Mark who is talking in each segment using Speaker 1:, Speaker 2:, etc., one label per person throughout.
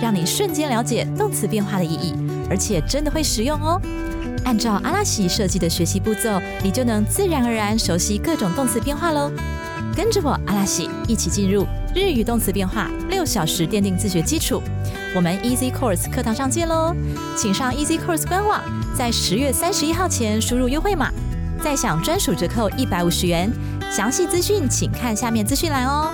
Speaker 1: 让你瞬间了解动词变化的意义，而且真的会实用哦。按照阿拉西设计的学习步骤，你就能自然而然熟悉各种动词变化喽。跟着我阿拉西一起进入日语动词变化六小时奠定自学基础。我们 Easy Course 课堂上见喽！请上 Easy Course 官网，在十月三十一号前输入优惠码，再享专属折扣一百五十元。详细资讯请看下面资讯栏哦。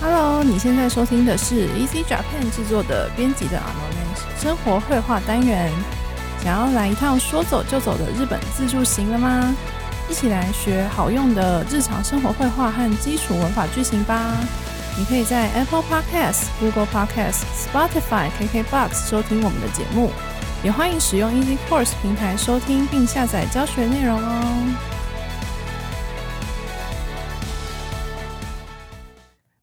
Speaker 2: Hello，你现在收听的是 Easy Japan 制作的编辑的 a n o n y 生活绘画单元。想要来一趟说走就走的日本自助行了吗？一起来学好用的日常生活绘画和基础文法句型吧。你可以在 Apple Podcast、Google Podcast、Spotify、KKBox 收听我们的节目，也欢迎使用 Easy Course 平台收听并下载教学内容哦。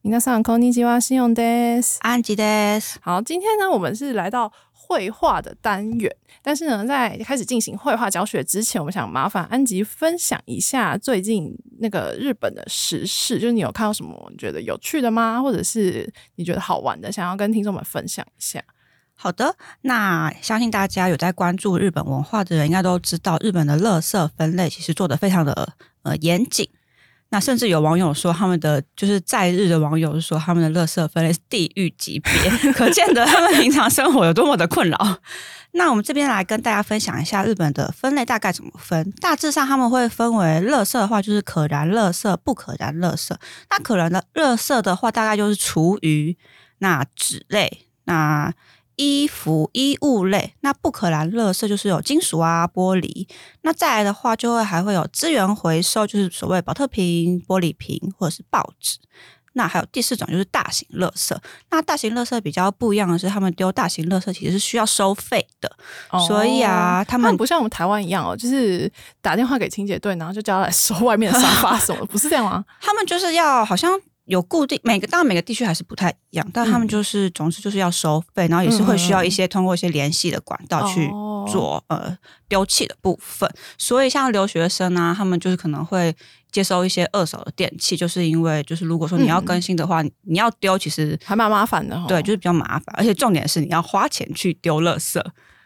Speaker 2: 皆さんこんにちは、シオンです。
Speaker 3: 安吉です。
Speaker 2: 好，今天呢，我们是来到绘画的单元，但是呢，在开始进行绘画教学之前，我们想麻烦安吉分享一下最近那个日本的时事，就是你有看到什么你觉得有趣的吗？或者是你觉得好玩的，想要跟听众们分享一下？
Speaker 3: 好的，那相信大家有在关注日本文化的人，应该都知道日本的垃圾分类其实做的非常的呃严谨。那甚至有网友说，他们的就是在日的网友说，他们的垃圾分类是地狱级别， 可见得他们平常生活有多么的困扰。那我们这边来跟大家分享一下日本的分类大概怎么分。大致上他们会分为垃圾的话，就是可燃垃圾、不可燃垃圾。那可燃的垃圾的话，大概就是厨余、那纸类、那衣服、衣物类。那不可燃垃圾就是有金属啊、玻璃。那再来的话，就会还会有资源回收，就是所谓保特瓶、玻璃瓶或者是报纸。那还有第四种就是大型垃圾。那大型垃圾比较不一样的是，他们丢大型垃圾其实是需要收费的。所以啊
Speaker 2: 哦
Speaker 3: 他
Speaker 2: 他
Speaker 3: 们
Speaker 2: 不像我们台湾一样哦，就是打电话给清洁队，然后就叫他来收外面的沙发什么的，不是这样吗？
Speaker 3: 他们就是要好像有固定每个，当然每个地区还是不太一样，但他
Speaker 2: 嗯
Speaker 3: 们就是、总之就是要收费，然后也是会需要一些通过一些联系的管道去
Speaker 2: 哦
Speaker 3: 做、呃丢弃的部分。所以像留学生啊，他们就是可能会接收一些二手的电器，就是因为就是如果说你要
Speaker 2: 嗯
Speaker 3: 更新的话，你你要丢其实
Speaker 2: 还蛮麻烦的哦。
Speaker 3: 对就是比较麻烦，而且重点是你要花钱去丢垃圾。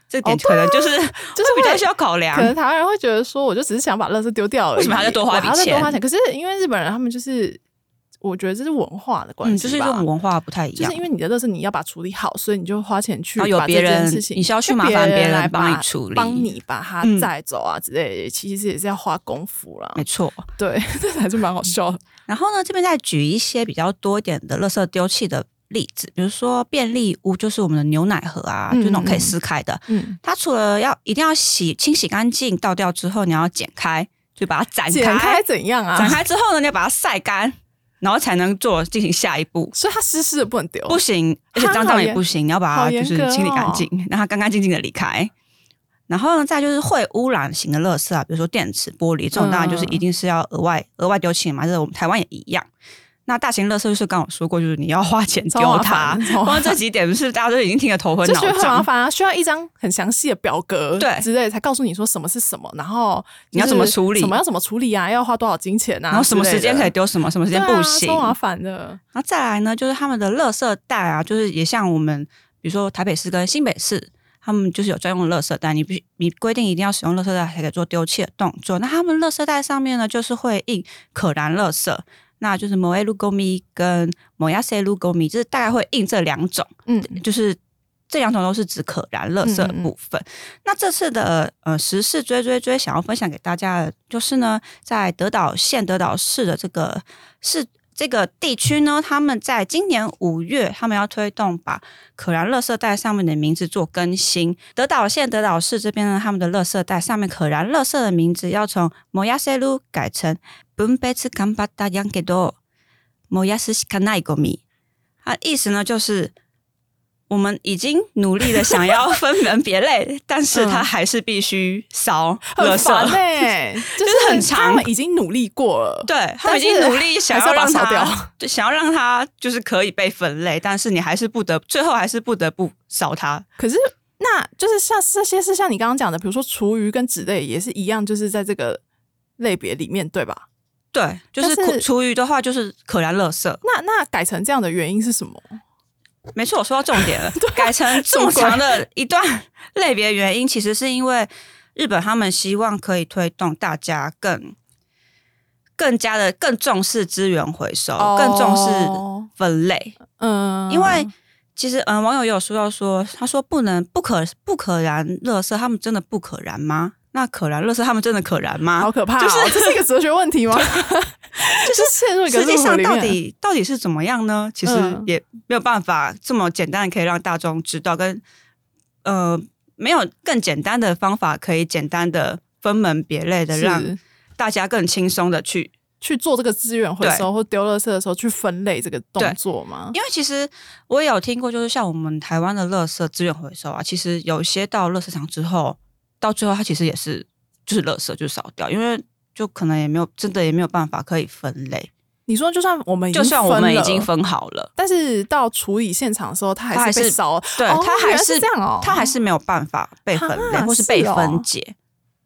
Speaker 3: 这点可能就是、
Speaker 2: 哦啊就是
Speaker 3: 比较
Speaker 2: 会
Speaker 3: 需要考量，
Speaker 2: 可能台湾人会觉得说，我就只是想把垃圾丢掉而已，
Speaker 3: 为什么还要再多花一笔
Speaker 2: 我还要再多
Speaker 3: 钱
Speaker 2: 花钱？可是因为日本人他们就是，我觉得这是文化的关
Speaker 3: 嗯，
Speaker 2: 系、
Speaker 3: 就是这种。文化不太一
Speaker 2: 就
Speaker 3: 样，
Speaker 2: 是因为你的垃圾你要把处理好，所以你就花钱去
Speaker 3: 然后有
Speaker 2: 把这
Speaker 3: 别
Speaker 2: 件
Speaker 3: 人
Speaker 2: 事情，
Speaker 3: 你是要去
Speaker 2: 就
Speaker 3: 麻烦别人
Speaker 2: 来
Speaker 3: 帮你
Speaker 2: 把
Speaker 3: 处理
Speaker 2: 帮你把它
Speaker 3: 嗯哎
Speaker 2: 载走啊之类的，其实也是要花功夫啦
Speaker 3: 没。错。
Speaker 2: 对， 这还是蛮好笑的。
Speaker 3: 然后呢，这边再举一些比较多一点的垃圾丢弃的例子，比如说便利屋，就是我们的牛奶盒啊，
Speaker 2: 嗯
Speaker 3: 就那种可以撕开的。
Speaker 2: 嗯，
Speaker 3: 它除了要一定要洗清洗干净，倒掉之后你要剪开，就把它展
Speaker 2: 剪开怎样
Speaker 3: 展
Speaker 2: 啊？
Speaker 3: 开之后呢，你要把它晒干，然后才能做进行下一步。
Speaker 2: 所以它湿湿的不能丢，
Speaker 3: 不行，而且脏脏也不行，你要把它
Speaker 2: 哦好
Speaker 3: 就
Speaker 2: 严
Speaker 3: 是
Speaker 2: 格
Speaker 3: 清理干
Speaker 2: 哦
Speaker 3: 净，让它干干净净的离开。然后呢，再就是会污染型的垃圾啊，比如说电池、玻璃这种，当然就是一
Speaker 2: 嗯
Speaker 3: 定是要额外额外丢弃嘛。这个我们台湾也一样。那大型垃圾就是刚刚我说过，就是你要花钱
Speaker 2: 超
Speaker 3: 丢
Speaker 2: 麻
Speaker 3: 它
Speaker 2: 烦。超麻
Speaker 3: 光
Speaker 2: 烦
Speaker 3: 这几点是大家都已经听得头昏
Speaker 2: 这
Speaker 3: 脑
Speaker 2: 就很麻
Speaker 3: 胀。
Speaker 2: 烦啊，需要一张很详细的表格，
Speaker 3: 对
Speaker 2: 之类才告诉你说什么是什么，然后
Speaker 3: 你要
Speaker 2: 就是
Speaker 3: 怎么处理
Speaker 2: 什么要怎么处理啊，要花多少金钱啊，
Speaker 3: 然后什么
Speaker 2: 之类
Speaker 3: 时
Speaker 2: 的
Speaker 3: 间可以丢什么，什么时间
Speaker 2: 对
Speaker 3: 不
Speaker 2: 啊
Speaker 3: 行。
Speaker 2: 超麻烦的。
Speaker 3: 然后再来呢，就是他们的垃圾袋啊，就是也像我们，比如说台北市跟新北市，他们就是有专用的垃圾袋，你必须你规定一定要使用垃圾袋才可以做丢弃的动作。那他们垃圾袋上面呢，就是会印可燃垃圾，那就是 m o e l u g o m i 跟 m o y a s e l u g o m i 就是大概会印这两种。
Speaker 2: 嗯，
Speaker 3: 就是这两种都是指可燃垃圾的部分。那这次的呃时事追追追，想要分享给大家的就是呢，在德岛县德岛市的这个市这个地区呢，他们在今年五月，他们要推动把可燃垃圾袋上面的名字做更新。德岛县德岛市这边呢，他们的垃圾袋上面可燃垃圾的名字要从 “moyaselu” 改成 “bunbetsu k a m b a t a yangedo”。燃やすしかないゴミ。它意思呢就是我们已经努力的 想要分门别类，但是它
Speaker 2: 嗯
Speaker 3: 还是必须扫垃
Speaker 2: 很烦
Speaker 3: 圾。
Speaker 2: 哎、就是
Speaker 3: 很长
Speaker 2: 他们已经努力过了，
Speaker 3: 对，他
Speaker 2: 但
Speaker 3: 们已经
Speaker 2: 是
Speaker 3: 努力想
Speaker 2: 还是要把
Speaker 3: 让
Speaker 2: 它
Speaker 3: 它
Speaker 2: 扫掉，
Speaker 3: 就想要让它就是可以被分类，但是你还是不得，最后还是不得不扫它。
Speaker 2: 可是那就是像这些是像你刚刚讲的，比如说厨余跟纸类也是一样，就是在这个类别里面，对吧？
Speaker 3: 对，就是
Speaker 2: 但是
Speaker 3: 厨厨余的话，就是可燃垃圾。
Speaker 2: 那那改成这样的原因是什么？
Speaker 3: 没错，我说到重点了。改成这么长的一段 类别原因，其实是因为日本他们希望可以推动大家更更加的更重视资源回收，更重视
Speaker 2: 哦
Speaker 3: 分类。
Speaker 2: 嗯，
Speaker 3: 因为其实，嗯，网友也有说到说，他说不能不可不可燃垃圾，他们真的不可燃吗？那可燃垃圾他们真的可燃吗？
Speaker 2: 好可怕、哦，
Speaker 3: 啊就是啊
Speaker 2: 这是 一个哲学问题吗？就是陷入一个
Speaker 3: 实际
Speaker 2: loop
Speaker 3: 上
Speaker 2: 里
Speaker 3: 到
Speaker 2: 面
Speaker 3: 底到底是怎么样呢？其实
Speaker 2: 嗯
Speaker 3: 也没有办法这么简单可以让大众知道，跟呃没有更简单的方法可以简单的分门别类的
Speaker 2: 是
Speaker 3: 让大家更轻松的去，
Speaker 2: 去做这个资源回
Speaker 3: 对
Speaker 2: 收或丢垃圾的时候去分类这个动
Speaker 3: 对
Speaker 2: 作吗？
Speaker 3: 因为其实我也有听过，就是像我们台湾的垃圾资源回收啊，其实有些到垃圾场之后，到最后它其实也是就是垃圾就扫掉，因为。就可能也没有真的也没有办法可以分类，
Speaker 2: 你说就算我们已经
Speaker 3: 就算我们已
Speaker 2: 了
Speaker 3: 经。分好了，
Speaker 2: 但是到处理现场的时候，它
Speaker 3: 它
Speaker 2: 还
Speaker 3: 还
Speaker 2: 是被
Speaker 3: 是
Speaker 2: 烧了，
Speaker 3: 对，
Speaker 2: 哦
Speaker 3: 它
Speaker 2: 原
Speaker 3: 还
Speaker 2: 来是这样哦，
Speaker 3: 它还是没有办法被分类
Speaker 2: 啊
Speaker 3: 或是被
Speaker 2: 是哦
Speaker 3: 分解。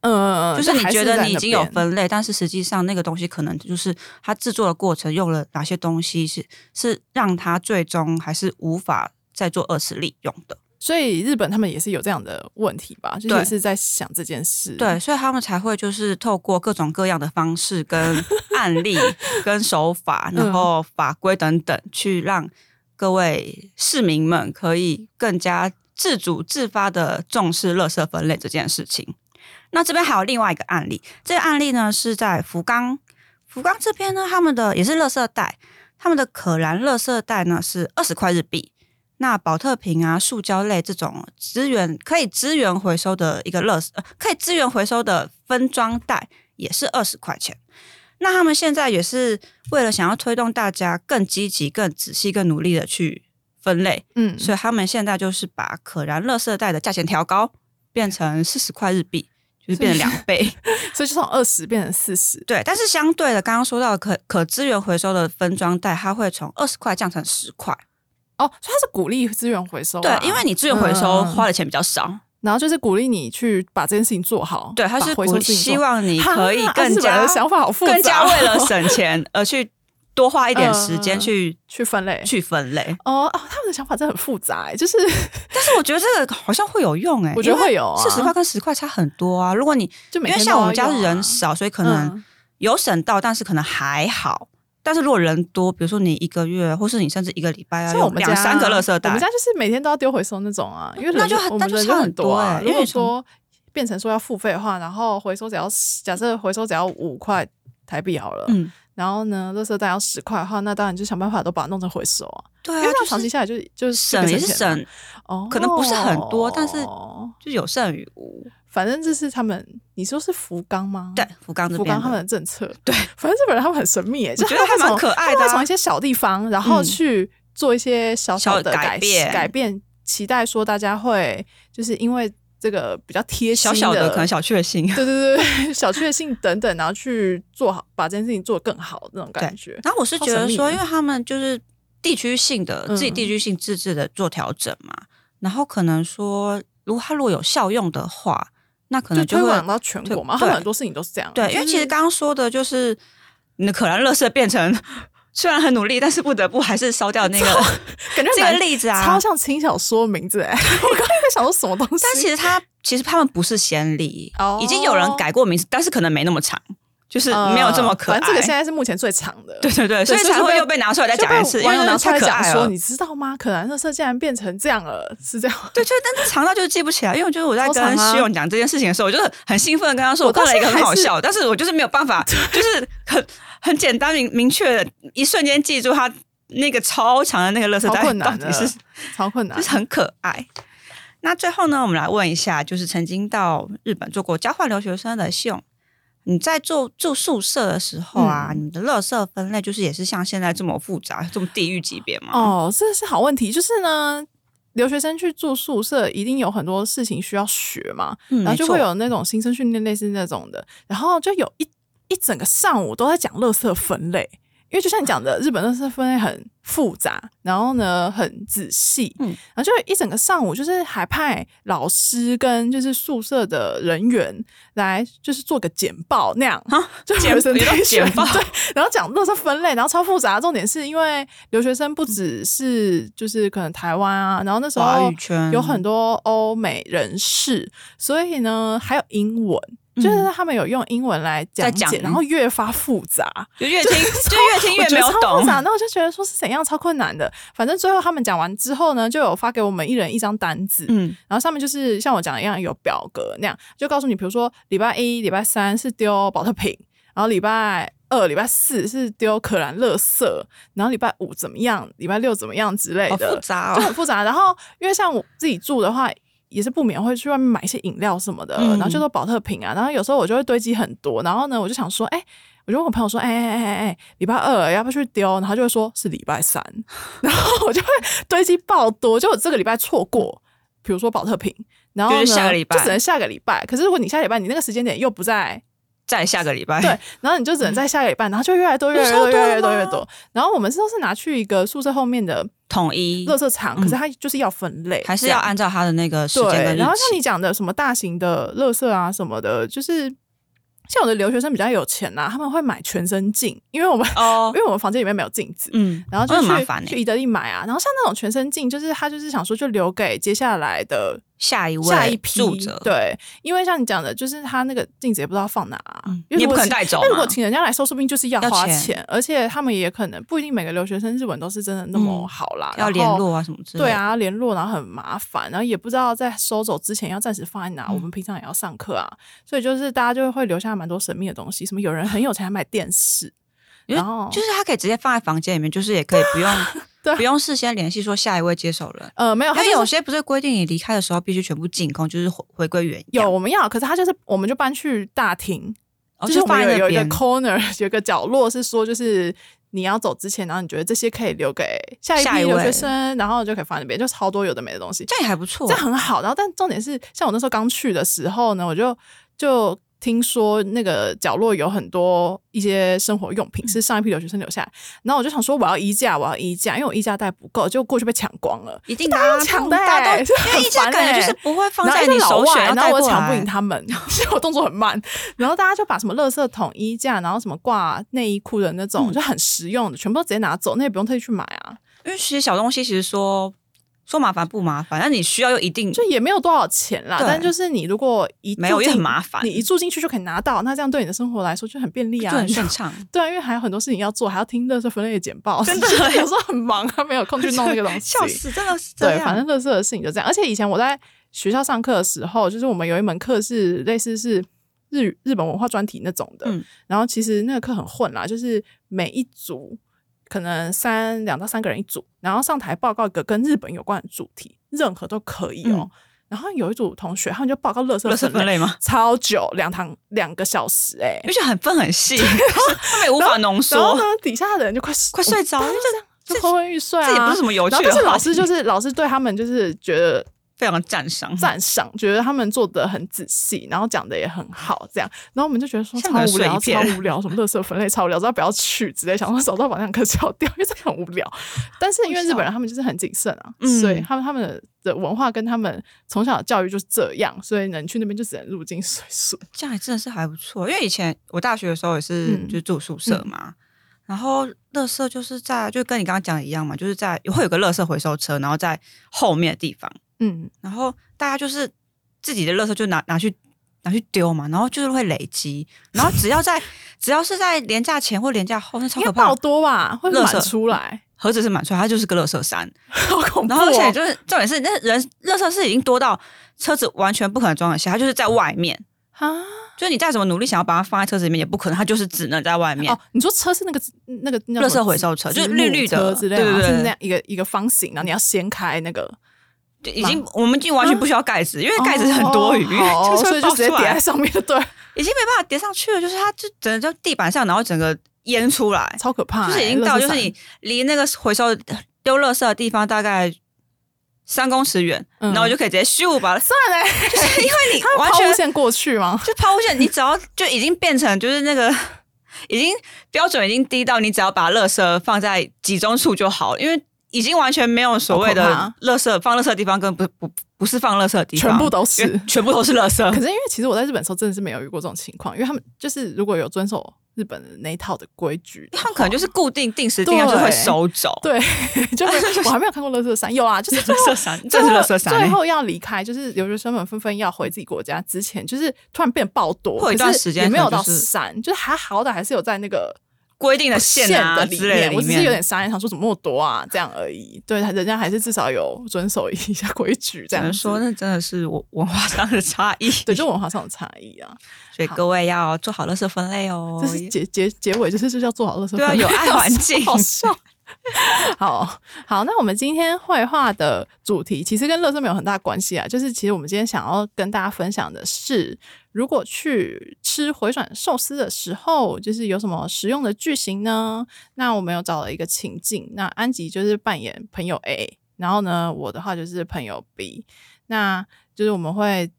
Speaker 2: 嗯嗯，嗯
Speaker 3: 就是你觉得你已经有，
Speaker 2: 这还是在那边
Speaker 3: 分类，但是实际上那个东西可能就是它制作的过程用了哪些东西是是让它最终还是无法再做二次利用的。
Speaker 2: 所以日本他们也是有这样的问题吧，就是
Speaker 3: 对
Speaker 2: 也是在想这件事，
Speaker 3: 对，所以他们才会就是透过各种各样的方式、跟案 例、跟手法，
Speaker 2: 嗯
Speaker 3: 然后法规等等，去让各位市民们可以更加自主自发的重视垃圾分类这件事情。那这边还有另外一个案例，这个案例呢是在福冈，福冈这边呢，他们的也是垃圾袋，他们的可燃垃圾袋呢是二十块日币。那保特瓶啊、塑胶类这种资源可以资源回收的一个垃圾，呃可以资源回收的分装袋也是二十块钱。那他们现在也是为了想要推动大家更积极、更仔细、更努力的去分类，
Speaker 2: 嗯，
Speaker 3: 所以他们现在就是把可燃垃圾袋的价钱调高，变成四十块日币，就是变成两倍。
Speaker 2: 所以就从二十变成四十，
Speaker 3: 对，但是相对的，刚刚说到的可可资源回收的分装袋，它会从二十块降成十块。
Speaker 2: 哦，所以它是鼓励资源回收啊、
Speaker 3: 对，因为你资源回收
Speaker 2: 嗯
Speaker 3: 花的钱比较少，
Speaker 2: 然后就是鼓励你去把这件事情做好，
Speaker 3: 对，他
Speaker 2: 把
Speaker 3: 是
Speaker 2: 回收
Speaker 3: 鼓
Speaker 2: 事情做
Speaker 3: 希望你
Speaker 2: 哈
Speaker 3: 可以
Speaker 2: 啊
Speaker 3: 更
Speaker 2: 日本人
Speaker 3: 加
Speaker 2: 的想法好复杂哦，
Speaker 3: 更加为了省钱而去多花一点时
Speaker 2: 嗯
Speaker 3: 间去、
Speaker 2: 去分类
Speaker 3: 去分类。
Speaker 2: 哦哦，他们的想法真的很复杂、欸，就是
Speaker 3: 但是我觉得这个好像会有用哎、
Speaker 2: 我觉得会有啊
Speaker 3: 四十块跟十块差很多啊。如果你
Speaker 2: 就每
Speaker 3: 因为
Speaker 2: 天
Speaker 3: 像
Speaker 2: 都
Speaker 3: 我们
Speaker 2: 要
Speaker 3: 家
Speaker 2: 用啊
Speaker 3: 人少，所以可能
Speaker 2: 嗯
Speaker 3: 有省到，但是可能还好。但是如果人多，比如说你一个月，或是你甚至一个礼拜要
Speaker 2: 像我
Speaker 3: 用
Speaker 2: 们家啊
Speaker 3: 两三个垃圾
Speaker 2: 我
Speaker 3: 袋
Speaker 2: 们，家就是每天都要丢回收那种啊，因为人
Speaker 3: 那就
Speaker 2: 我
Speaker 3: 那
Speaker 2: 们
Speaker 3: 就
Speaker 2: 人
Speaker 3: 差
Speaker 2: 就
Speaker 3: 很
Speaker 2: 很多啊。
Speaker 3: 多欸
Speaker 2: 如
Speaker 3: 因
Speaker 2: 果
Speaker 3: 为
Speaker 2: 说变成说要付费的话，然后回收只要10假设回收只要五块台币好了，
Speaker 3: 嗯，
Speaker 2: 然后呢，垃圾袋要十块的话，那当然就想办法都把它弄成回收 啊，
Speaker 3: 对
Speaker 2: 因
Speaker 3: 啊
Speaker 2: 为这，样
Speaker 3: 就
Speaker 2: 长期
Speaker 3: 是
Speaker 2: 下来就是就是
Speaker 3: 省也是
Speaker 2: 这个钱啊
Speaker 3: 省，
Speaker 2: 哦，
Speaker 3: 可能不是很多但是就有剩于无。
Speaker 2: 反正这是他们，你说是福冈吗？
Speaker 3: 对，福冈这
Speaker 2: 福
Speaker 3: 边
Speaker 2: 冈
Speaker 3: 的，
Speaker 2: 他们的政策，对，反正日本人他们很神秘耶，就
Speaker 3: 我觉得还蛮可爱的
Speaker 2: 他
Speaker 3: 啊
Speaker 2: 们会从一些小地方，然后
Speaker 3: 嗯
Speaker 2: 去做一些小小的
Speaker 3: 小改
Speaker 2: 改
Speaker 3: 变
Speaker 2: 改变，期待说大家会就是因为这个比较贴心
Speaker 3: 小小的
Speaker 2: 的
Speaker 3: 可能小确幸。
Speaker 2: 对对对对小确幸等等，然后去做好把这件事情做得更好那种感觉。
Speaker 3: 然后我是
Speaker 2: 超
Speaker 3: 觉
Speaker 2: 神
Speaker 3: 得
Speaker 2: 秘
Speaker 3: 说，
Speaker 2: 的
Speaker 3: 因为他们就是地区性的，自己
Speaker 2: 嗯
Speaker 3: 地区性自治的做调整嘛，然后可能说，如果他如果有效用的话，那可
Speaker 2: 就
Speaker 3: 能就
Speaker 2: 推
Speaker 3: 会
Speaker 2: 广到全国嘛，
Speaker 3: 对
Speaker 2: 他们很多事情都是这样。
Speaker 3: 对，
Speaker 2: 就
Speaker 3: 因为其
Speaker 2: 是
Speaker 3: 实刚刚说的就是你的可燃垃圾变成虽然很努力，但是不得不还是烧掉那个
Speaker 2: 感觉
Speaker 3: 这个
Speaker 2: 蛮
Speaker 3: 例子啊，
Speaker 2: 超像轻小说名字哎， 我刚才在想说什么东西，
Speaker 3: 但其实他其实他们不是先例，
Speaker 2: 哦
Speaker 3: 已经有人改过名字，但是可能没那么长，就是没有这么可爱。
Speaker 2: 呃反正这个现在是目前最长的。
Speaker 3: 对对对，所以
Speaker 2: 所以
Speaker 3: 才
Speaker 2: 就
Speaker 3: 会
Speaker 2: 被
Speaker 3: 又被拿出来再讲一次，因
Speaker 2: 网友
Speaker 3: 为
Speaker 2: 拿出
Speaker 3: 太
Speaker 2: 来
Speaker 3: 可
Speaker 2: 讲
Speaker 3: 爱
Speaker 2: 说，
Speaker 3: 了
Speaker 2: 你。知道吗？可燃热色竟然变成这样了，是这 样。
Speaker 3: 对，就但是长到就是记不起来，因为就是我在
Speaker 2: 超长
Speaker 3: 跟
Speaker 2: 啊
Speaker 3: 徐勇讲这件事情的时候，我就是很兴奋地跟他说，
Speaker 2: 我
Speaker 3: 我
Speaker 2: 到
Speaker 3: 看了一
Speaker 2: 现
Speaker 3: 个
Speaker 2: 在
Speaker 3: 很好
Speaker 2: 还是
Speaker 3: 笑，但是我就是没有办法，就是很很简单明明确的，一瞬间记住他那个超长的那个垃圾
Speaker 2: 超
Speaker 3: 袋
Speaker 2: 困
Speaker 3: 到
Speaker 2: 难的
Speaker 3: 底是，
Speaker 2: 超困难
Speaker 3: 就。是很可爱。那最后呢，我们来问一下，就是曾经到日本做过交换留学生的秀，你在住住宿舍的时候啊，
Speaker 2: 嗯
Speaker 3: 你的垃圾分类就是也是像现在这么复杂、这么地狱级别吗？
Speaker 2: 哦，这是好问题。就是呢，留学生去住宿舍，一定有很多事情需要学嘛，然
Speaker 3: 嗯，
Speaker 2: 后
Speaker 3: 没
Speaker 2: 就会
Speaker 3: 错
Speaker 2: 有那种新生训练类似那种的，然后就有一一整个上午都在讲垃圾分类。因为就像你讲的，日本垃圾分类很复杂，然后呢很仔细，
Speaker 3: 嗯
Speaker 2: 然后就一整个上午，就是还派老师跟就是宿舍的人员来，就是做个简报那样，
Speaker 3: 啊，
Speaker 2: 就
Speaker 3: 简
Speaker 2: 留学生
Speaker 3: 你都简报
Speaker 2: 对，然后讲垃圾分类，然后超复杂。重点是因为留学生不只是就是可能台湾啊，然后那时
Speaker 3: 华
Speaker 2: 候
Speaker 3: 语圈
Speaker 2: 有很多欧美人士，所以呢还有英文。
Speaker 3: 嗯
Speaker 2: 就是他们有用英文来讲
Speaker 3: 在
Speaker 2: 解，
Speaker 3: 讲
Speaker 2: 然后越发复杂，
Speaker 3: 就 越听就越听
Speaker 2: 我
Speaker 3: 越
Speaker 2: 觉
Speaker 3: 没
Speaker 2: 得
Speaker 3: 有
Speaker 2: 超
Speaker 3: 懂
Speaker 2: 复。杂。那我就觉得说是怎样超困难的。反正最后他们讲完之后呢，就有发给我们一人一张单子，
Speaker 3: 嗯，
Speaker 2: 然后上面就是像我讲的一样有表格那样，就告诉你，比如说礼拜一、礼拜三是丢保特瓶，然后礼拜二、礼拜四是丢可燃垃圾，然后礼拜五怎么样，礼拜六怎么样之类
Speaker 3: 好
Speaker 2: 的，
Speaker 3: 复杂
Speaker 2: 就
Speaker 3: 哦。
Speaker 2: 很复杂。然后因为像我自己住的话。也是不免会去外面买一些饮料什么的，
Speaker 3: 嗯
Speaker 2: 然后就都保特瓶啊，然后有时候我就会堆积很多，然后呢，我就想说，哎、我就问我朋友说，哎哎哎哎哎，礼拜二要不要去丢？然后他就会说是礼拜三， 然后我就会堆积爆多，就我这个礼拜错过，比如说保特瓶，然后呢
Speaker 3: 就是下个礼拜
Speaker 2: 就只能下个礼拜。可是如果你下礼拜你那个时间点又不在
Speaker 3: 再下个礼拜，
Speaker 2: 对，然后你就只能在下个礼拜，然后就越来越多，越来越
Speaker 3: 有
Speaker 2: 多，
Speaker 3: 超
Speaker 2: 越
Speaker 3: 多
Speaker 2: 来
Speaker 3: 的
Speaker 2: 越多，
Speaker 3: 吗
Speaker 2: 越来越多。然后我们是都是拿去一个宿舍后面的
Speaker 3: 统一
Speaker 2: 垃圾场，
Speaker 3: 嗯
Speaker 2: 可是它就是要分类，
Speaker 3: 还是要
Speaker 2: 这样
Speaker 3: 按照他的那个时间
Speaker 2: 对。
Speaker 3: 跟日
Speaker 2: 然后像
Speaker 3: 期。
Speaker 2: 你讲的什么大型的垃圾啊什么的，就是像我的留学生比较有钱啊呐、他们会买全身镜，因为我们、
Speaker 3: 哦
Speaker 2: 因，为我们房间里面没有镜子，
Speaker 3: 嗯，
Speaker 2: 然后就
Speaker 3: 很
Speaker 2: 去、
Speaker 3: 麻烦
Speaker 2: 去
Speaker 3: 呢。
Speaker 2: 宜得利买啊。然后像那种全身镜，就是他就是想说就留给接下来的
Speaker 3: 下一位
Speaker 2: 下一批
Speaker 3: 住者，，
Speaker 2: 对，因为像你讲的，就是他那个镜子也不知道放哪、啊，
Speaker 3: 嗯
Speaker 2: 因为
Speaker 3: 你也
Speaker 2: 如果
Speaker 3: 不可能
Speaker 2: 请
Speaker 3: 带走
Speaker 2: 那如果
Speaker 3: 嘛。
Speaker 2: 请人家来收，说不定就是要
Speaker 3: 要
Speaker 2: 花
Speaker 3: 钱
Speaker 2: 而且他们也可能不一定每个留学生日文都是真的那么好啦，然
Speaker 3: 嗯要
Speaker 2: 后
Speaker 3: 联络啊什么之类的。
Speaker 2: 对，啊，联络然后很麻烦，然后也不知道在收走之前要暂时放在哪。
Speaker 3: 嗯
Speaker 2: 我们平常也要上课啊，所以就是大家就会留下蛮多神秘的东西，什么有人很有钱还买电视，
Speaker 3: 因为
Speaker 2: 然后
Speaker 3: 就是他可以直接放在房间里面，就是也可以不用
Speaker 2: 对啊
Speaker 3: 不用事先联系说下一位接手人。
Speaker 2: 呃没有，他
Speaker 3: 但
Speaker 2: 就是
Speaker 3: 有些不是规定你离开的时候必须全部净空，就是回回归原样
Speaker 2: 有，我们要，可是他就是我们就搬去大厅，
Speaker 3: 哦
Speaker 2: 就是
Speaker 3: 就
Speaker 2: 我们
Speaker 3: 放
Speaker 2: 有
Speaker 3: 在那
Speaker 2: 有一个
Speaker 3: 边
Speaker 2: corner 有一个角落是说就是。你要走之前，然后你觉得这些可以留给下一
Speaker 3: 下
Speaker 2: 批
Speaker 3: 一
Speaker 2: 留学
Speaker 3: 位
Speaker 2: 生，然后就可以放在那边，就超多有的没的东西。
Speaker 3: 这样也还不错
Speaker 2: 这。样很好。然后，但重点是，像我那时候刚去的时候呢，我就就听说那个角落有很多一些生活用
Speaker 3: 嗯
Speaker 2: 品是上一批留学生留下来，然后我就想说我要衣架，我要衣架，因为我衣架带不够，结果过去被抢光了。
Speaker 3: 一定
Speaker 2: 大
Speaker 3: 大
Speaker 2: 家
Speaker 3: 家
Speaker 2: 都抢的
Speaker 3: 大家
Speaker 2: 欸
Speaker 3: 都
Speaker 2: 这
Speaker 3: 因为
Speaker 2: 很
Speaker 3: 一家
Speaker 2: 烦
Speaker 3: 感觉就
Speaker 2: 欸
Speaker 3: 是不会放
Speaker 2: 然后
Speaker 3: 在
Speaker 2: 一个
Speaker 3: 你
Speaker 2: 老
Speaker 3: 首
Speaker 2: 外
Speaker 3: 选，
Speaker 2: 然后我
Speaker 3: 带过
Speaker 2: 抢不赢
Speaker 3: 来
Speaker 2: 他们， 所以我动作很慢。然后大家就把什么垃圾桶、衣架，然后什么挂内衣裤的那种，
Speaker 3: 嗯
Speaker 2: 就很实用的，全部都直接拿走，那也不用特意去买啊，
Speaker 3: 因为其实小东西其实说说麻烦不麻烦，但你需要又一定
Speaker 2: 就也没有多少钱啦。
Speaker 3: 对
Speaker 2: 但就是你如果一
Speaker 3: 没有
Speaker 2: 住
Speaker 3: 也
Speaker 2: 进
Speaker 3: 很麻烦
Speaker 2: 你，一住进去就可以拿到，那这样对你的生活来说就很便利
Speaker 3: 就
Speaker 2: 啊，
Speaker 3: 很
Speaker 2: 你
Speaker 3: 顺畅。
Speaker 2: 对啊，因为还有很多事情要做，还要听垃圾分类的简报，
Speaker 3: 真的
Speaker 2: 有时候很忙，他没有空去弄那个东西。
Speaker 3: 笑！死，真的是这
Speaker 2: 对，
Speaker 3: 样。
Speaker 2: 反正垃圾的事情就这样。而且以前我在学校上课的时候，就是我们有一门课是类似是日语日本文化专题那种的，
Speaker 3: 嗯
Speaker 2: 然后其实那个课很混啦，就是每一组可能三两到三个人一组，然后上台报告一个跟日本有关的主题，任何都可以哦。
Speaker 3: 嗯
Speaker 2: 然后有一组同学，他们就报告垃圾
Speaker 3: 垃圾分类吗？
Speaker 2: 超久，两堂两个小时哎、
Speaker 3: 而且很分很细，就是他们也无法
Speaker 2: 然
Speaker 3: 浓
Speaker 2: 后
Speaker 3: 缩
Speaker 2: 呢，，底下的人就快
Speaker 3: 快睡着了，
Speaker 2: 就
Speaker 3: 这
Speaker 2: 就昏昏欲睡啊。
Speaker 3: 这也不是什么有趣
Speaker 2: 然
Speaker 3: 的
Speaker 2: 后
Speaker 3: 话题。
Speaker 2: 但是老师就是老师对他们就是觉得
Speaker 3: 非常赞赏，
Speaker 2: 赞赏，觉得他们做的很仔细，然后讲的也很好，这样。然后我们就觉得说
Speaker 3: 像
Speaker 2: 超
Speaker 3: 个
Speaker 2: 无聊，
Speaker 3: 碎
Speaker 2: 超
Speaker 3: 片
Speaker 2: 无聊，什么垃圾分类超无聊，知道不要去之类，想说早知道把那堂课敲掉， 因为这很无聊。但是因为日本人他们就是很谨慎啊，
Speaker 3: 嗯
Speaker 2: 所以他们他们的的文化跟他们从小的教育就是这样，所以能去那边就只能入境随俗。
Speaker 3: 这样也真的是还不错。因为以前我大学的时候也是
Speaker 2: 嗯
Speaker 3: 就住宿舍嘛，然后垃圾就是在就跟你刚刚讲的一样嘛，就是在会有个垃圾回收车，然后在后面的地方，
Speaker 2: 嗯，
Speaker 3: 然后大家就是自己的垃圾就拿拿去。拿去丢嘛，然后就是会累积，然后只要在只要是在廉价前或廉价后，那超
Speaker 2: 应该
Speaker 3: 可怕
Speaker 2: 爆，多吧，会
Speaker 3: 垃圾
Speaker 2: 满出来，
Speaker 3: 盒子是满出来，它就是个垃圾山。
Speaker 2: 好恐怖、
Speaker 3: 然
Speaker 2: 哦。
Speaker 3: 后而且就是重点是，那人垃圾是已经多到车子完全不可能装得下，它就是在外面。
Speaker 2: 啊，
Speaker 3: 就是你再怎么努力想要把它放在车子里面，也不可能，它就是只能在外面。
Speaker 2: 哦，你说车是那个那个那
Speaker 3: 垃圾回收车就是绿绿的
Speaker 2: 之类的
Speaker 3: 对
Speaker 2: 吗，
Speaker 3: 对对
Speaker 2: 是那样一个一个方形，然后你要掀开那个
Speaker 3: 对已经我们已经完全不需要盖子，因为盖子很多余，
Speaker 2: 嗯哦哦哦
Speaker 3: 就是
Speaker 2: 所
Speaker 3: 会
Speaker 2: 以就直
Speaker 3: 爆
Speaker 2: 接
Speaker 3: 出
Speaker 2: 叠
Speaker 3: 来
Speaker 2: 在，上面， 对，
Speaker 3: 已经没办法叠上去了，就是它就整个就地板上，然后整个淹出来，
Speaker 2: 超可怕欸、
Speaker 3: 就是已经到
Speaker 2: 垃圾
Speaker 3: 就
Speaker 2: 散
Speaker 3: 是 你离那个回收丢垃圾的地方大概三公尺远，
Speaker 2: 嗯
Speaker 3: 然后你就可以直接咻把它，
Speaker 2: 算了、 欸，
Speaker 3: 就是因为 你
Speaker 2: 他
Speaker 3: 完
Speaker 2: 抛
Speaker 3: 全
Speaker 2: 物线过去 吗？
Speaker 3: 就抛物线，你只要就已经变成就是那个已经标准已经低到你只要把垃圾放在集中处就好，因为已经完全没有所谓的
Speaker 2: 好可
Speaker 3: 垃圾放垃圾的地方，根本不不不是放垃圾的地方，
Speaker 2: 全部都是
Speaker 3: 因为全部都是垃
Speaker 2: 可
Speaker 3: 圾。
Speaker 2: 是因为其实我在日本的时候真的是没有遇过这种情况，因为他们就是如果有遵守日本的那一套的规矩的话，
Speaker 3: 他们可能就是固定定时定量就会收走，
Speaker 2: 对， 就会我还没有看过乐色山，有啊，就是最后
Speaker 3: 垃圾山这是垃圾山欸
Speaker 2: 最后要离开，就是留学生们纷纷要回自己国家之前，就是突然变爆多，
Speaker 3: 会有一段
Speaker 2: 可是
Speaker 3: 时间
Speaker 2: 也没有
Speaker 3: 可能
Speaker 2: 到
Speaker 3: 就是
Speaker 2: 山，就是还好歹还是有在那个
Speaker 3: 规定的线啊
Speaker 2: 哦的
Speaker 3: 之类的
Speaker 2: 我
Speaker 3: 里
Speaker 2: 只是有
Speaker 3: 面。
Speaker 2: 点傻眼，想说怎么那么多啊，这样而已。对，人家还是至少有遵守一下规矩，这
Speaker 3: 只能
Speaker 2: 样
Speaker 3: 说
Speaker 2: 说，
Speaker 3: 那真的是我文化上的差 异，
Speaker 2: 对，就文化上的差异啊。
Speaker 3: 所以各位要做好垃圾分类哦
Speaker 2: 这。是结结结尾，就是就是要做好乐色
Speaker 3: 对啊
Speaker 2: 分类
Speaker 3: 有爱环境
Speaker 2: 好笑。 好好，那我们今天绘画的主题其实跟乐色没有很大关系啊，就是其实我们今天想要跟大家分享的是，如果去吃回转寿司的时候，就是有什么实用的句型呢？那我们有找了一个情境，那安吉就是扮演朋友 A，然后呢，我的话就是朋友 B，那就是我们会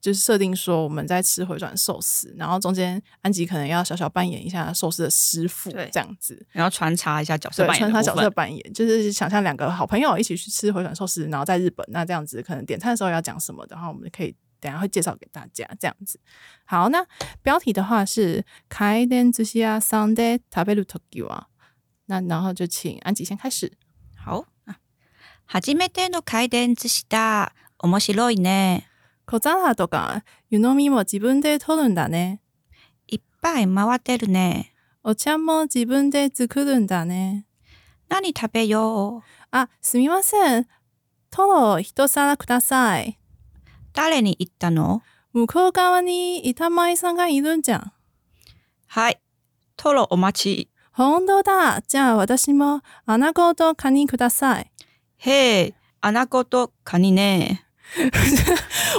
Speaker 2: 就是设定说我们在吃回转寿司，然后中间安吉可能要小小扮演一下寿司的师傅
Speaker 3: 对
Speaker 2: 这样子，
Speaker 3: 然后穿插一下角色
Speaker 2: 对，
Speaker 3: 扮演
Speaker 2: 穿
Speaker 3: 的
Speaker 2: 插
Speaker 3: 部
Speaker 2: 角
Speaker 3: 分
Speaker 2: 色扮演，就是想象两个好朋友一起去吃回转寿司，然后在日本，那这样子可能点餐的时候要讲什么，然后我们可以等一下会介绍给大家这样子。好，那标题的话是“开店寿司屋さんで食べるときは”，那然后就请安吉先开始。
Speaker 3: 好，初めての回転寿司だ。面白いね。
Speaker 2: 小皿とか湯飲みも自分で取るんだね。
Speaker 3: いっぱい回ってるね。
Speaker 2: お茶も自分で作るんだね。
Speaker 3: 何食べよう。
Speaker 2: あ、すみません。トロ一皿ください。
Speaker 3: 誰に言ったの
Speaker 2: 向こう側に板前さんがいるんじゃん。
Speaker 3: はい。トロお待ち。
Speaker 2: 本当だ。じゃあ私も穴子とカニください。
Speaker 3: へえ、アナゴとカニね。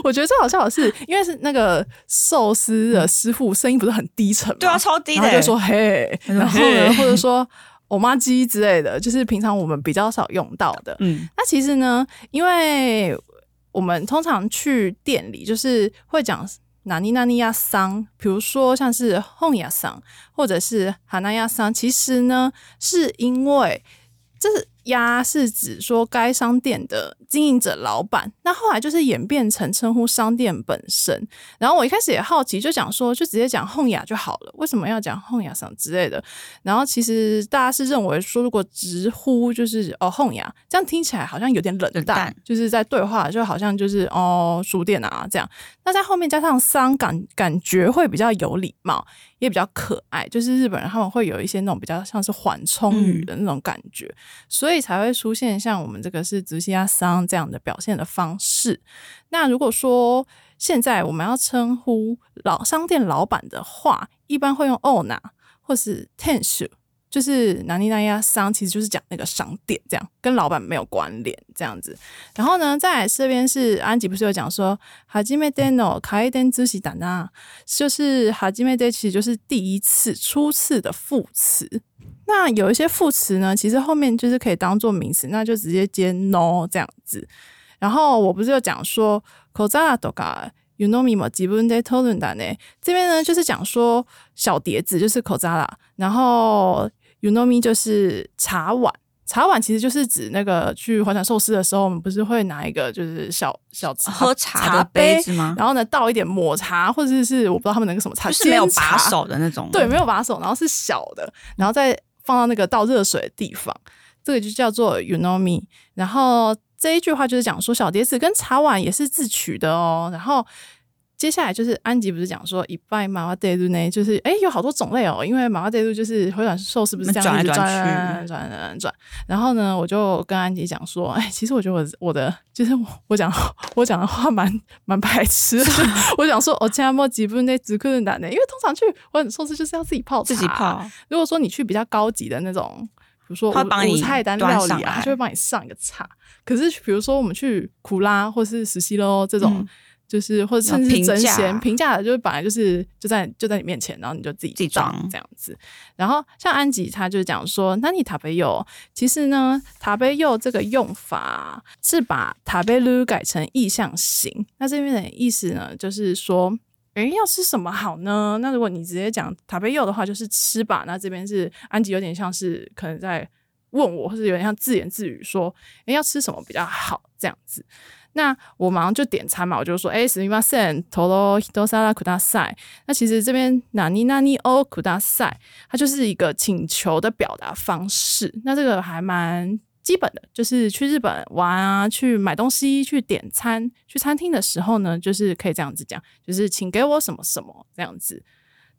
Speaker 2: 我觉得最好笑的 是，因为是那个寿司的师傅声音不是很低沉吗？
Speaker 3: 对啊，超低的
Speaker 2: 然后
Speaker 3: 欸。
Speaker 2: 就说嘿，
Speaker 3: 他说
Speaker 2: 然后呢，
Speaker 3: 嘿
Speaker 2: 或者说我妈鸡之类的，就是平常我们比较少用到的。
Speaker 3: 嗯，
Speaker 2: 那其实呢，因为我们通常去店里就是会讲哪尼哪尼亚桑，比如说像是轰亚桑或者是哈那亚桑，其实呢是因为这是鸭是指说该商店的经营者老板，那后来就是演变成称呼商店本身。然后我一开始也好奇，就讲说就直接讲轰雅就好了，为什么要讲轰雅桑之类的？然后其实大家是认为说，如果直呼就是哦轰雅，这样听起来好像有点冷淡，
Speaker 3: 冷淡
Speaker 2: 就是在对话就好像就是哦书店啊这样。那在后面加上桑感，感觉会比较有礼貌，也比较可爱。就是日本人他们会有一些那种比较像是缓冲语的那种感觉，所以才会出现像我们这个是直西亚桑这样的表现的方式。那如果说现在我们要称呼老商店老板的话，一般会用 owner 或是 tenshu，就是南尼南亚商，其实就是讲那个商店这样，跟老板没有关联这样子。然后呢，再来这边是安吉不是有讲说哈基梅德诺开店自喜达那，就是哈基梅德其实就是第一次、初次的副词。那有一些副词呢，其实后面就是可以当做名词，那就直接接 no 这样子。然后我不是有讲说 kozara d o a you know me 嘛，自分で取るんだね。这边呢就是讲说小碟子就是 kozara，然后 you know me 就是茶碗。茶碗其实就是指那个去华产寿司的时候，我们不是会拿一个就是小小茶
Speaker 3: 喝茶的杯子吗？
Speaker 2: 然后呢倒一点抹茶，或者是我不知道他们那个什么茶，
Speaker 3: 啊就是没有
Speaker 2: 煎茶
Speaker 3: 把手的那种。
Speaker 2: 对，没有把手，然后是小的，然后再放到那个倒热水的地方，这个就叫做 you know me。然后这一句话就是讲说小碟子跟茶碗也是自取的哦。然后接下来就是安吉不是讲说一拜马瓦德路呢，就是哎有好多种类哦，因为马瓦德路就是回转寿司不是这样一直
Speaker 3: 转
Speaker 2: 转
Speaker 3: 来转去
Speaker 2: 转转转。然后呢，我就跟安吉讲说，哎，其实我觉得我我的就是我我讲 我讲的话蛮蛮白痴的， 我想说哦我现在莫吉不内只客人打呢，因为通常去我很寿司就是要自己泡茶
Speaker 3: 自己泡。
Speaker 2: 如果说你去比较高级的那种，比如说
Speaker 3: 他会帮
Speaker 2: 五
Speaker 3: 你
Speaker 2: 五菜单料
Speaker 3: 端
Speaker 2: 理
Speaker 3: 上来
Speaker 2: 啊，他就会帮你上一个叉。可是比如说我们去苦拉或是实习喽这种，
Speaker 3: 嗯
Speaker 2: 就是或者甚至是
Speaker 3: 要评
Speaker 2: 整
Speaker 3: 价
Speaker 2: 咸评价的，就是本来就是就在就在你面前，然后你就自己
Speaker 3: 啊自己
Speaker 2: 倒
Speaker 3: 装
Speaker 2: 这样子。然后像安吉他就是讲说，那你塔贝柚其实呢，塔贝柚这个用法是把塔贝鲁改成意象型。那这边的意思呢，就是说。诶，要吃什么好呢？那如果你直接讲塔贝柚的话，就是吃吧。那这边是安吉，有点像是可能在问我，或是有点像自言自语说，诶，要吃什么比较好这样子。那我马上就点餐嘛，我就说，诶，すみません、とろひとさらください。那其实这边哪尼哪尼哦ください，它就是一个请求的表达方式。那这个还蛮基本的，就是去日本玩啊，去买东西、去点餐、去餐厅的时候呢，就是可以这样子讲，就是请给我什么什么这样子。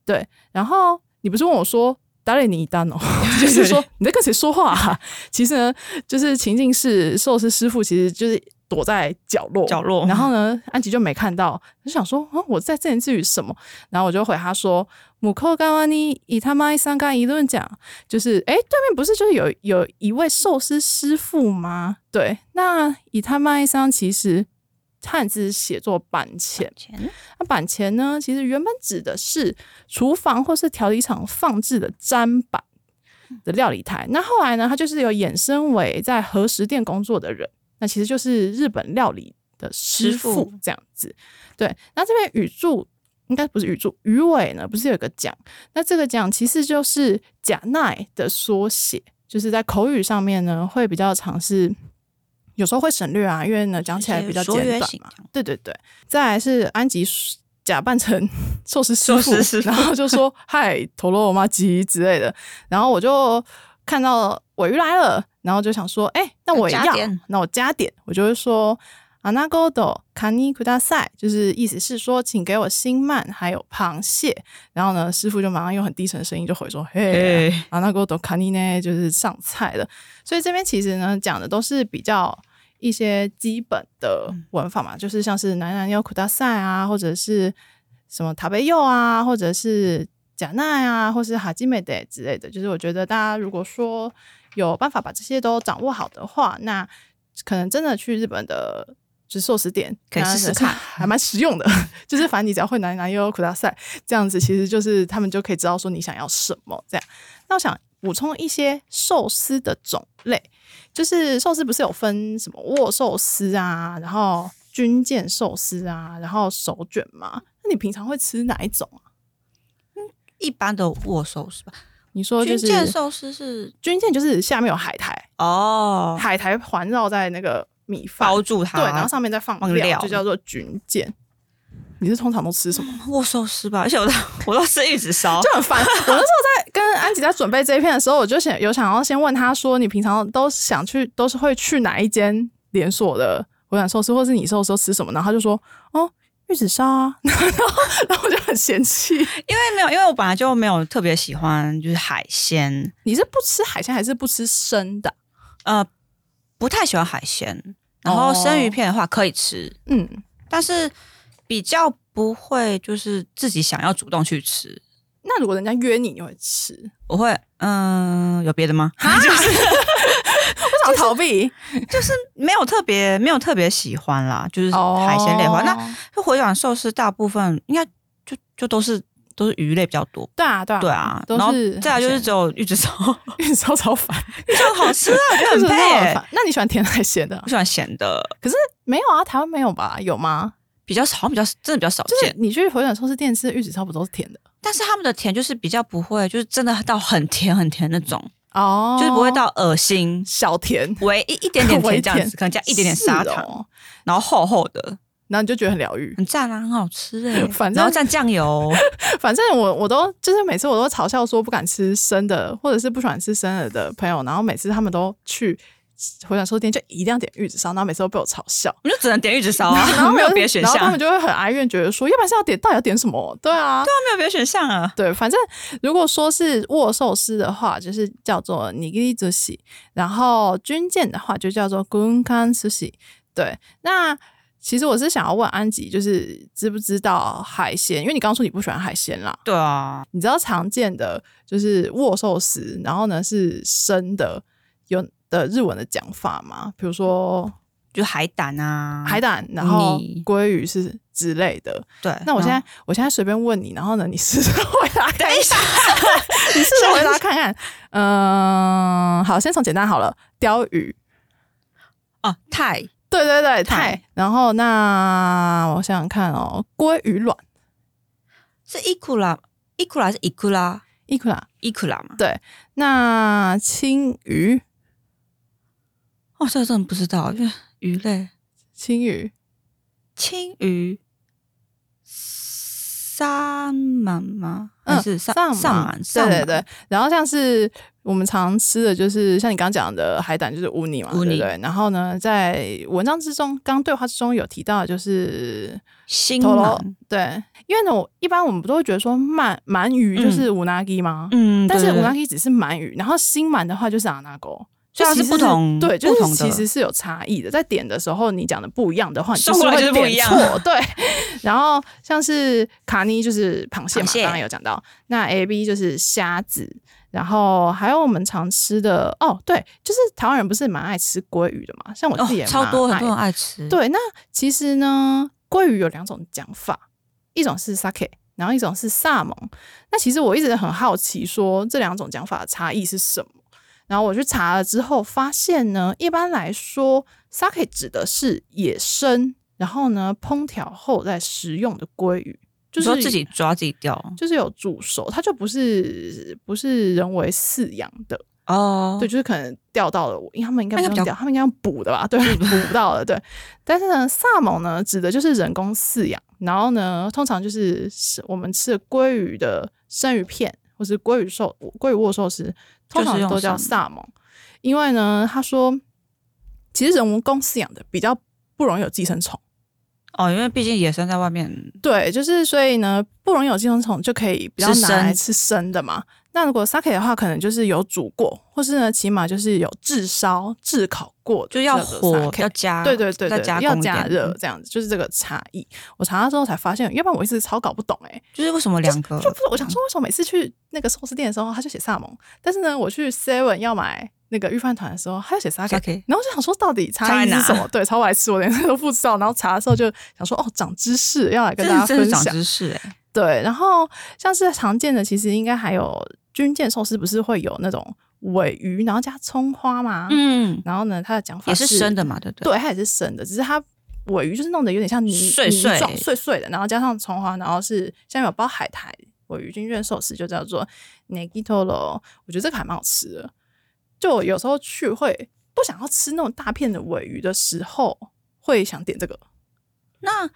Speaker 2: 对，然后你不是问我说打脸你一单哦， 就是说你在跟谁说话、啊？其实呢，就是情境是寿司师傅其实就是躲在角落，
Speaker 3: 角落
Speaker 2: 然后呢，安吉就没看到，就想说啊，我在自言自语什么？然后我就回他说。母寇干完你以他妈三干一顿讲，就是哎，诶对面不是就是有有一位寿司师傅吗？对，那以他妈三其实汉字写作板前，
Speaker 3: 钱
Speaker 2: 那板前呢，其实原本指的是厨房或是调理厂放置的砧板的料理台。那后来呢，它就是有衍生为在和食店工作的人，那其实就是日本料理的师
Speaker 3: 师
Speaker 2: 傅
Speaker 3: 傅
Speaker 2: 这样子。对，那这边语助应该不是语助，鱼尾呢不是有个讲？那这个讲其实就是假奈的缩写，就是在口语上面呢会比较常是。有时候会省略啊，因为呢讲起来比较简
Speaker 3: 缩约
Speaker 2: 短
Speaker 3: 型
Speaker 2: 嘛。对对对，再来是安吉假扮成寿司师
Speaker 3: 寿司师
Speaker 2: 傅，
Speaker 3: 傅
Speaker 2: 然后就 说“嗨，陀螺我妈吉”之类的，然后我就看到尾鱼来了，然后就想说：“哎、那我也
Speaker 3: 加
Speaker 2: 要
Speaker 3: 点，
Speaker 2: 那我加点。”我就会说“アナゴドカニください”，就是意思是说，请给我新鳗还有螃蟹。然后呢，师傅就马上用很低沉的声音就回说：“嘿，
Speaker 3: 哎，
Speaker 2: 啊，那个都卡尼呢，就是上菜了。所以这边其实呢，讲的都是比较一些基本的
Speaker 3: 嗯
Speaker 2: 文法嘛，就是像是南南优苦大赛啊，或者是什么塔贝柚啊，或者是贾奈啊，或是哈基美德之类的。就是我觉得大家如果说有办法把这些都掌握好的话，那可能真的去日本的。就是寿司店
Speaker 3: 可以
Speaker 2: 那
Speaker 3: 试试
Speaker 2: 是
Speaker 3: 看
Speaker 2: 还蛮实用的。 就是反正你只要会南南优苦大赛这样子，其实就是他们就可以知道说你想要什么这样。那我想补充一些寿司的种类，就是寿司不是有分什么握寿司啊，然后军舰寿司啊，然后手卷嘛？那你平常会吃哪一种啊？
Speaker 3: 一般的握寿司吧，
Speaker 2: 你说就
Speaker 3: 军
Speaker 2: 是
Speaker 3: 舰寿司是
Speaker 2: 军舰就是下面有海苔，
Speaker 3: 哦，
Speaker 2: 海苔环绕在那个米饭
Speaker 3: 包住它，
Speaker 2: 对，然后上面再放
Speaker 3: 放
Speaker 2: 料，
Speaker 3: 料
Speaker 2: 就叫做军舰。你是通常都吃什么？
Speaker 3: 握寿司吧，而且 我都我都是一直烧，
Speaker 2: 就很 烦。我那时候在跟安吉在准备这一篇的时候，我就想有想要先问他说，你平常都想去都是会去哪一间连锁的回转寿司，或是你寿司都吃什么？然后他就说，哦，玉子烧啊， 然后然后我就很嫌弃，
Speaker 3: 因为没有，因为我本来就没有特别喜欢就是海鲜，
Speaker 2: 你是不吃海鲜还是不吃生的？
Speaker 3: 呃，不太喜欢海鲜，然
Speaker 2: 哦
Speaker 3: 后生鱼片的话可以吃，
Speaker 2: 嗯，
Speaker 3: 但是比较不会就是自己想要主动去吃，
Speaker 2: 那如果人家约你，你会吃？
Speaker 3: 我会嗯、有别的吗？
Speaker 2: 不想逃避
Speaker 3: 没有特别没有特别喜欢啦，就是海鲜
Speaker 2: 哦
Speaker 3: 类的话，那就回转寿司大部分应该就就都是都是鱼类比较多。
Speaker 2: 对啊对啊
Speaker 3: 对啊，
Speaker 2: 都
Speaker 3: 然后
Speaker 2: 是
Speaker 3: 再来就是
Speaker 2: 海
Speaker 3: 只
Speaker 2: 鲜
Speaker 3: 有玉 子烧，就
Speaker 2: 玉子烧超烦，
Speaker 3: 好吃 啊，我觉得很
Speaker 2: 玉子烧
Speaker 3: 配、
Speaker 2: 很
Speaker 3: 欸。
Speaker 2: 烦。那你喜欢甜海鲜的
Speaker 3: 我？喜欢咸的，
Speaker 2: 没有啊，台湾没有吧？有吗？
Speaker 3: 比较少，好像比较真的比较少
Speaker 2: 就是
Speaker 3: 见。
Speaker 2: 你去回转寿司店吃玉子烧，不都是甜的？
Speaker 3: 但是他们的甜就是比较不会，就是真的到很甜很甜那种，
Speaker 2: 哦
Speaker 3: 就是不会到 恶心，
Speaker 2: 小甜，
Speaker 3: 唯一一点点
Speaker 2: 微
Speaker 3: 甜这样子，可能加一点点砂
Speaker 2: 是
Speaker 3: 糖，
Speaker 2: 哦
Speaker 3: 然后厚厚的，
Speaker 2: 然后你就觉得很疗愈。
Speaker 3: 很赞啊，很好吃哎、
Speaker 2: 反正
Speaker 3: 然后蘸酱油，
Speaker 2: 反正我我都就是每次我都嘲笑说不敢吃生的，或者是不喜欢吃生的的朋友，然后每次他们都去回转寿司店就一定要点玉子烧，然后每次都被我嘲笑。
Speaker 3: 我们就只能点玉子 烧
Speaker 2: 然后
Speaker 3: 啊，没
Speaker 2: 每
Speaker 3: 有
Speaker 2: 次
Speaker 3: 别的选
Speaker 2: 然后他
Speaker 3: 项
Speaker 2: 们，就会很哀怨，觉得说要不然是要点到底要点什么？对啊，对
Speaker 3: 没有别的选项啊。
Speaker 2: 对，反正如果说是握寿司的话，就是叫做尼基寿司；然后军舰的话，就叫做 gunkan sushi。对，那其实我是想要问安吉，就是知不知道海鲜？因为你刚刚说你不喜欢海鲜啦，
Speaker 3: 对啊，
Speaker 2: 你知道常见的就是握寿司，然后呢是生的，有的日文的讲法嘛，比如说
Speaker 3: 就海胆啊，
Speaker 2: 海胆，然后
Speaker 3: 你
Speaker 2: 鲑鱼是之类的。
Speaker 3: 对。
Speaker 2: 那我现在、我现在随便问你，然后呢，你试着回答看一下，你试着回答看看。嗯、好，先从简单好了，鲷鱼，
Speaker 3: 哦，泰
Speaker 2: 对对对，
Speaker 3: 泰
Speaker 2: 泰。然后那我想想看哦，鲑鱼卵，
Speaker 3: 是伊库拉，伊库拉是伊库拉，
Speaker 2: 伊库拉。
Speaker 3: 伊库拉嘛？
Speaker 2: 那青鱼，
Speaker 3: 哦，这个真的不知道，因为鱼类，
Speaker 2: 青鱼，
Speaker 3: 青鱼，沙满吗？
Speaker 2: 嗯
Speaker 3: 还是沙
Speaker 2: 萨满
Speaker 3: 萨满？
Speaker 2: 对
Speaker 3: 萨
Speaker 2: 对
Speaker 3: 满
Speaker 2: 对，。然后像是我们常吃的就是像你刚刚讲的海胆，就是乌尼嘛，
Speaker 3: 乌
Speaker 2: 对
Speaker 3: 尼
Speaker 2: 不对？然后呢，在文章之中，刚刚对话之中有提到，就是
Speaker 3: 新
Speaker 2: 头螺
Speaker 3: 满，，
Speaker 2: 嗯对，因为呢，我一般我们不都会觉得说鳗鳗鱼就是乌拉基吗？
Speaker 3: 嗯，
Speaker 2: 但是
Speaker 3: 对
Speaker 2: 乌
Speaker 3: 对
Speaker 2: 拉
Speaker 3: 对
Speaker 2: 基只是鳗鱼，然后新鳗的话就是阿那狗。
Speaker 3: 所以它
Speaker 2: 就是其
Speaker 3: 不
Speaker 2: 实
Speaker 3: 同
Speaker 2: 对，就
Speaker 3: 不
Speaker 2: 是
Speaker 3: 同的
Speaker 2: 其实是有差异的。在点的时候，你讲的不一样的话，你
Speaker 3: 送过来
Speaker 2: 会
Speaker 3: 就是不一样
Speaker 2: 点错。 对，然后像是卡尼就是螃蟹嘛，
Speaker 3: 螃蟹
Speaker 2: 刚刚有讲到。那 A B 就是虾子，然后还有我们常吃的哦，对，就是台湾人不是蛮爱吃鲑鱼的嘛？像我自己也、
Speaker 3: 哦，超多很多人。爱吃，，
Speaker 2: 对，那其实呢，鲑鱼有两种讲法，一种是 sake，然后一种是萨蒙。那其实我一直很好奇说这两种讲法的差异是什么。然后我去查了之后，发现呢，一般来说，sake 指的是野生，然后呢，烹调后再食用的鲑鱼，就
Speaker 3: 就是说自己抓自己钓
Speaker 2: 就是有煮熟，它就不是不是人为饲养的。
Speaker 3: 哦
Speaker 2: 对，，就是可能钓到了，因为他们应该不
Speaker 3: 那个
Speaker 2: 用
Speaker 3: 比较
Speaker 2: 钓，他们应该用捕的吧？对，捕到了，对。但是呢，萨蒙呢，指的就是人工饲养，然后呢，通常就是是我们吃的鲑鱼的生鱼片，或是鲑鱼寿、鲑鱼握寿司，通
Speaker 3: 就是
Speaker 2: 常
Speaker 3: 用
Speaker 2: 都叫
Speaker 3: 萨
Speaker 2: 萨蒙，因为呢，他说，其实人工饲养的比较不容易有寄生虫。
Speaker 3: 哦，因为毕竟野生在外面，
Speaker 2: 对，就是所以呢，不溶有寄生虫就可以比较
Speaker 3: 吃
Speaker 2: 拿
Speaker 3: 生
Speaker 2: 来吃生的嘛。那如果 sake 的话，可能就是有煮过，或是呢，起码就是有炙烧、炙烤过的
Speaker 3: 就
Speaker 2: 这
Speaker 3: 要
Speaker 2: 个 sake，
Speaker 3: 火要加，
Speaker 2: 对对对
Speaker 3: 再
Speaker 2: 对，
Speaker 3: 加
Speaker 2: 要
Speaker 3: 工一
Speaker 2: 加
Speaker 3: 点嗯
Speaker 2: 热，这样子，就是这个差异。我查了之后才发现，要不然我一直超搞不懂哎、欸
Speaker 3: 就是为什么两个嗯
Speaker 2: 就不是我想说，为什么每次去那个寿司店的时候，他就写萨蒙，但是呢，我去 Seven 要买那个御饭团的时候，他就写 sake，
Speaker 3: sake
Speaker 2: 然后我就想说到底差异
Speaker 3: 差在
Speaker 2: 是
Speaker 3: 哪
Speaker 2: 什么？对，超白痴，我连 都不知道。然后查的时候就想说，哦，长知识，要来跟
Speaker 3: 真
Speaker 2: 大家
Speaker 3: 的真是
Speaker 2: 分
Speaker 3: 长
Speaker 2: 享。
Speaker 3: 知识哎，
Speaker 2: 对，然后像是常见的，其实应该还有军舰寿司，不是会有那种尾鱼，然后加葱花嘛？，
Speaker 3: 嗯，
Speaker 2: 然后呢，它的讲法
Speaker 3: 也是生
Speaker 2: 的，
Speaker 3: 的嘛，对不对？
Speaker 2: 对，它也是生的，只是它尾鱼就是弄得有点像泥
Speaker 3: 碎碎
Speaker 2: 泥状碎碎的，然后加上葱花，然后是下面有包海苔尾鱼军舰寿司，就叫做 negitoro，我觉得这个还蛮好吃的。就我有时候去会不想要吃那种大片的尾鱼的时候，会想点这个。
Speaker 3: 那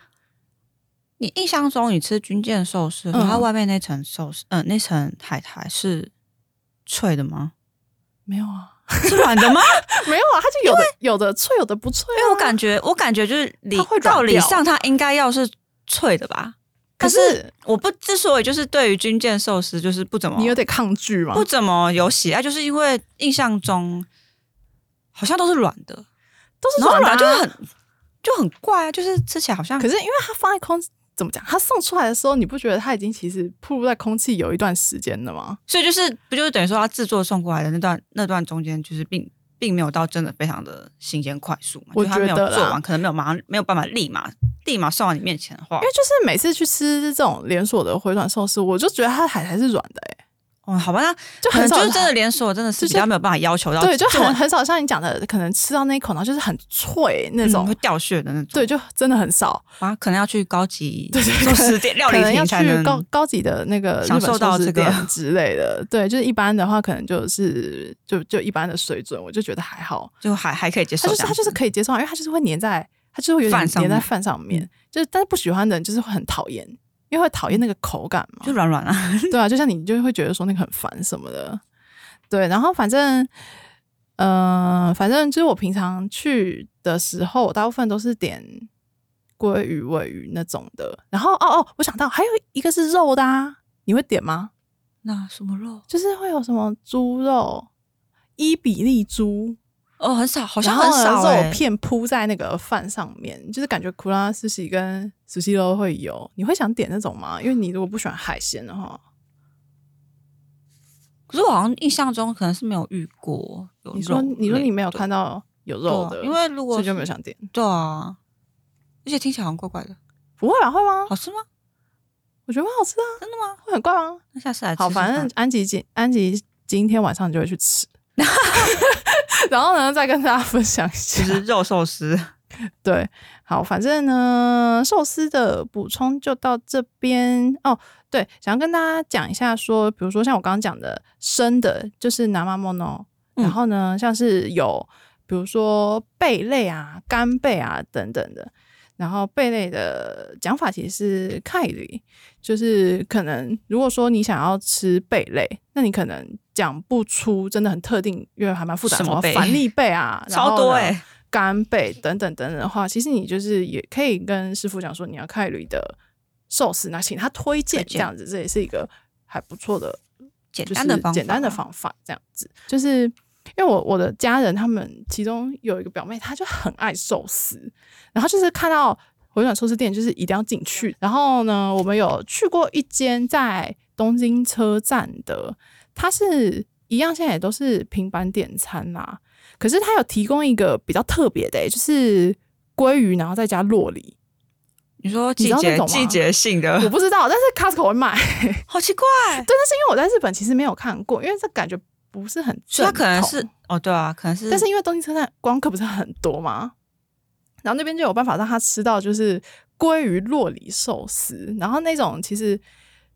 Speaker 3: 你印象中你吃军舰寿司，然后它
Speaker 2: 嗯
Speaker 3: 外面那层寿司，嗯、那层海苔是脆的吗？
Speaker 2: 没有啊，
Speaker 3: 是软的吗？
Speaker 2: 没有啊，它就有的有的脆，有的不脆、啊。
Speaker 3: 因为我感觉，我感觉就是理
Speaker 2: 它会软
Speaker 3: 道理
Speaker 2: 掉
Speaker 3: 上它应该要是脆的吧。可
Speaker 2: 可
Speaker 3: 是
Speaker 2: 是
Speaker 3: 我不之所以就是对于军舰寿司就是不怎么
Speaker 2: 你有点抗拒吗
Speaker 3: 不？怎么有喜爱，就是因为印象中好像都是软的，
Speaker 2: 都是
Speaker 3: 然后
Speaker 2: 软的啊
Speaker 3: 软就很就很怪啊，就是吃起来好像
Speaker 2: 可是因为它放在空，怎么讲？它送出来的时候，你不觉得它已经其实暴露在空气有一段时间了吗？
Speaker 3: 所以就是不就是等于说他制作送过来的那段那段中间，就是并并没有到真的非常的新鲜快速嘛，
Speaker 2: 我
Speaker 3: 就是他没
Speaker 2: 觉
Speaker 3: 有
Speaker 2: 得啦
Speaker 3: 做完，可能没有马上没有办法立马立马送到你面前的话
Speaker 2: 因，为就是每次去吃这种连锁的回转寿司，我就觉得它的海苔是软的、欸，
Speaker 3: 哦，好吧，那
Speaker 2: 就
Speaker 3: 可
Speaker 2: 很
Speaker 3: 能
Speaker 2: 少
Speaker 3: 就是真的连锁真的是比较没有办法要求到这么，
Speaker 2: 对，就很很少像你讲的，可能吃到那一口，然后就是很脆那
Speaker 3: 嗯
Speaker 2: 种。
Speaker 3: 会掉屑的那种，
Speaker 2: 对，就真的很少，
Speaker 3: 啊，可能要去高级
Speaker 2: 对对
Speaker 3: 寿司店料
Speaker 2: 可
Speaker 3: 理
Speaker 2: 能要
Speaker 3: 厅才
Speaker 2: 去高
Speaker 3: 能。
Speaker 2: 高级的那个日
Speaker 3: 享
Speaker 2: 本
Speaker 3: 受到
Speaker 2: 寿司
Speaker 3: 这个
Speaker 2: 店之类的。对，就是一般的话，可能就是就就一般的水准，我就觉得还好。
Speaker 3: 就还还可以接
Speaker 2: 它
Speaker 3: 受
Speaker 2: 就
Speaker 3: 这
Speaker 2: 是
Speaker 3: 样
Speaker 2: 它
Speaker 3: 子，
Speaker 2: 就是可以接受啊，因为它就是会粘在，它就是会有点
Speaker 3: 饭上
Speaker 2: 粘在
Speaker 3: 面嗯
Speaker 2: 饭上面，就是但是不喜欢的人就是会很讨厌，因为会讨厌那个口感嘛
Speaker 3: 嗯就。软软啊，
Speaker 2: 对啊，就像你就会觉得说那个很烦什么的。对，然后反正，呃，反正就是我平常去的时候，我大部分都是点鲑鱼、尾鱼那种的。然后哦哦，我想到还有一个是肉的啊，你会点吗？
Speaker 3: 那什么肉？
Speaker 2: 就是会有什么猪肉、伊比利猪，
Speaker 3: 哦，很少，好
Speaker 2: 然
Speaker 3: 像
Speaker 2: 后
Speaker 3: 很
Speaker 2: 呢
Speaker 3: 少、
Speaker 2: 肉
Speaker 3: 欸。
Speaker 2: 片铺在那个饭上面，就是感觉苦拉寿喜跟寿喜肉会有。你会想点那种吗？因为你如果不喜欢海鲜的话，
Speaker 3: 可是我好像印象中可能是没有遇过有
Speaker 2: 你说
Speaker 3: 肉
Speaker 2: 你说
Speaker 3: 类
Speaker 2: 你没有
Speaker 3: 的
Speaker 2: 看到有肉
Speaker 3: 对啊
Speaker 2: 的，
Speaker 3: 因为如果
Speaker 2: 所以就是没有想点。
Speaker 3: 对啊，而且听起来好像怪怪的，
Speaker 2: 不会吧？会吗？
Speaker 3: 好吃吗？
Speaker 2: 我觉得蛮好吃啊，
Speaker 3: 真的吗？
Speaker 2: 会很怪吗？
Speaker 3: 那下次来吃
Speaker 2: 好，
Speaker 3: 吃
Speaker 2: 反正
Speaker 3: 看
Speaker 2: 安吉今安吉今天晚上就会去吃， 然后呢再跟大家分享一下
Speaker 3: 其。实肉寿司
Speaker 2: 对，好，反正呢，寿司的补充就到这边哦。对，想要跟大家讲一下说，比如说像我刚刚讲的生的，就是拿妈 m o
Speaker 3: 嗯
Speaker 2: 哦然后呢，像是有比如说贝类啊、干贝啊等等的。然后贝类的讲法其实是凯里，就是可能如果说你想要吃贝类，那你可能讲不出真的很特定，因为还蛮复杂的，
Speaker 3: 什么贝
Speaker 2: 反例贝啊，然
Speaker 3: 超
Speaker 2: 后
Speaker 3: 多
Speaker 2: 呢
Speaker 3: 哎、
Speaker 2: 干贝等等等等的话，其实你就是也可以跟师傅讲说你要开旅的寿司，那请他推荐
Speaker 3: 推
Speaker 2: 这
Speaker 3: 荐
Speaker 2: 样子，这也是一个还不错的
Speaker 3: 简
Speaker 2: 就
Speaker 3: 单的
Speaker 2: 是
Speaker 3: 方法，
Speaker 2: 简单的方法，这样子就是因为我我的家人他们其中有一个表妹，她就很爱寿司，然后就是看到回转寿司店就是一定要进去。然后呢，我们有去过一间在东京车站的，它是一样，现在也都是平板点餐啦，可是它有提供一个比较特别的欸、就是鲑鱼，然后再加洛梨。
Speaker 3: 你说
Speaker 2: 你
Speaker 3: 季
Speaker 2: 知道那
Speaker 3: 节
Speaker 2: 种吗
Speaker 3: 季节性
Speaker 2: 我
Speaker 3: 的，
Speaker 2: 不知道，但是 Costco 会卖，
Speaker 3: 好奇怪。
Speaker 2: 对，但是因为我在日本其实没有看过，因为这感觉不是很
Speaker 3: 所
Speaker 2: 正统，
Speaker 3: 以它可能是哦，对啊，可能是，
Speaker 2: 但是因为东京车站观光客不是很多嘛，然后那边就有办法让他吃到就是鲑鱼洛里寿司，然后那种其实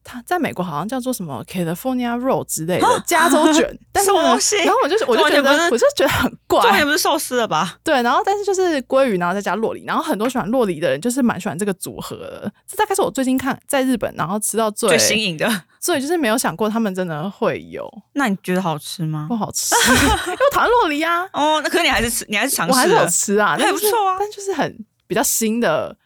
Speaker 2: 它在美国好像叫做什么 California Roll 之类的加州 卷，但是
Speaker 3: 什么
Speaker 2: 呢
Speaker 3: 东西
Speaker 2: 然后我就我就
Speaker 3: 完
Speaker 2: 觉
Speaker 3: 全
Speaker 2: 得
Speaker 3: 不是
Speaker 2: 我就觉得很怪，
Speaker 3: 重点不是寿司了吧？
Speaker 2: 对，然后但是就是鲑鱼，然后再加洛梨，然后很多喜欢洛梨的人就是蛮喜欢这个组合的，这大概是我最近看在日本然后吃到最
Speaker 3: 最新颖的，
Speaker 2: 所以就是没有想过他们真的会有
Speaker 3: 那你觉得好吃吗
Speaker 2: 不？好 吃，因为我讨厌洛梨啊，
Speaker 3: 哦，那可是你还是吃，你还是尝
Speaker 2: 我还
Speaker 3: 试
Speaker 2: 是有
Speaker 3: 了。
Speaker 2: 吃啊，但
Speaker 3: 还不
Speaker 2: 就是
Speaker 3: 错啊
Speaker 2: 但就是很比较新的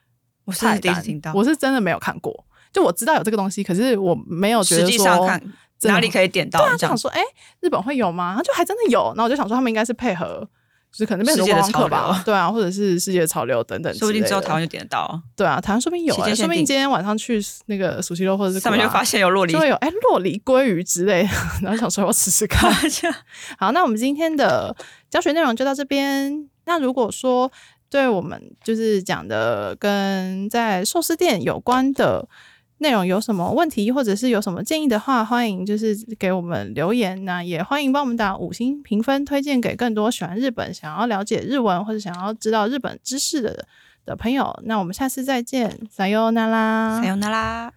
Speaker 3: 我是
Speaker 2: 菜
Speaker 3: 第一次
Speaker 2: 单，
Speaker 3: 听到，
Speaker 2: 我是真的没有看过。就我知道有这个东西，可是我没有觉
Speaker 3: 实
Speaker 2: 得
Speaker 3: 际
Speaker 2: 说
Speaker 3: 上看
Speaker 2: 真的
Speaker 3: 哪里可以点
Speaker 2: 对啊，
Speaker 3: 到
Speaker 2: 就
Speaker 3: 这
Speaker 2: 想
Speaker 3: 样。
Speaker 2: 说，哎、日本会有吗？就还真的有。然后我就想说，他们应该是配合，就是可能被很多
Speaker 3: 世界的
Speaker 2: 观光客
Speaker 3: 潮
Speaker 2: 吧
Speaker 3: 流，
Speaker 2: 对啊，或者是世界的潮流等等之
Speaker 3: 说
Speaker 2: 类的。
Speaker 3: 不定之后台湾就点得到，
Speaker 2: 对啊，台湾说不定有、
Speaker 3: 世界
Speaker 2: 欸，
Speaker 3: 限
Speaker 2: 说不定
Speaker 3: 定
Speaker 2: 今天晚上去那个熟悉肉或者是
Speaker 3: 上面就
Speaker 2: 古拉
Speaker 3: 发现有洛梨
Speaker 2: 就。会有哎、洛梨鲑鱼之类的， 然后想说我吃吃 看。好，那我们今天的教学内容就到这边。那如果说对我们就是讲的跟在寿司店有关的内容有什么问题，或者是有什么建议的话，欢迎就是给我们留言那、也欢迎帮我们打五星评分，推荐给更多喜欢日本、想要了解日文或者想要知道日本知识的的朋友。那我们下次再见，撒由那拉，
Speaker 3: 还有那啦。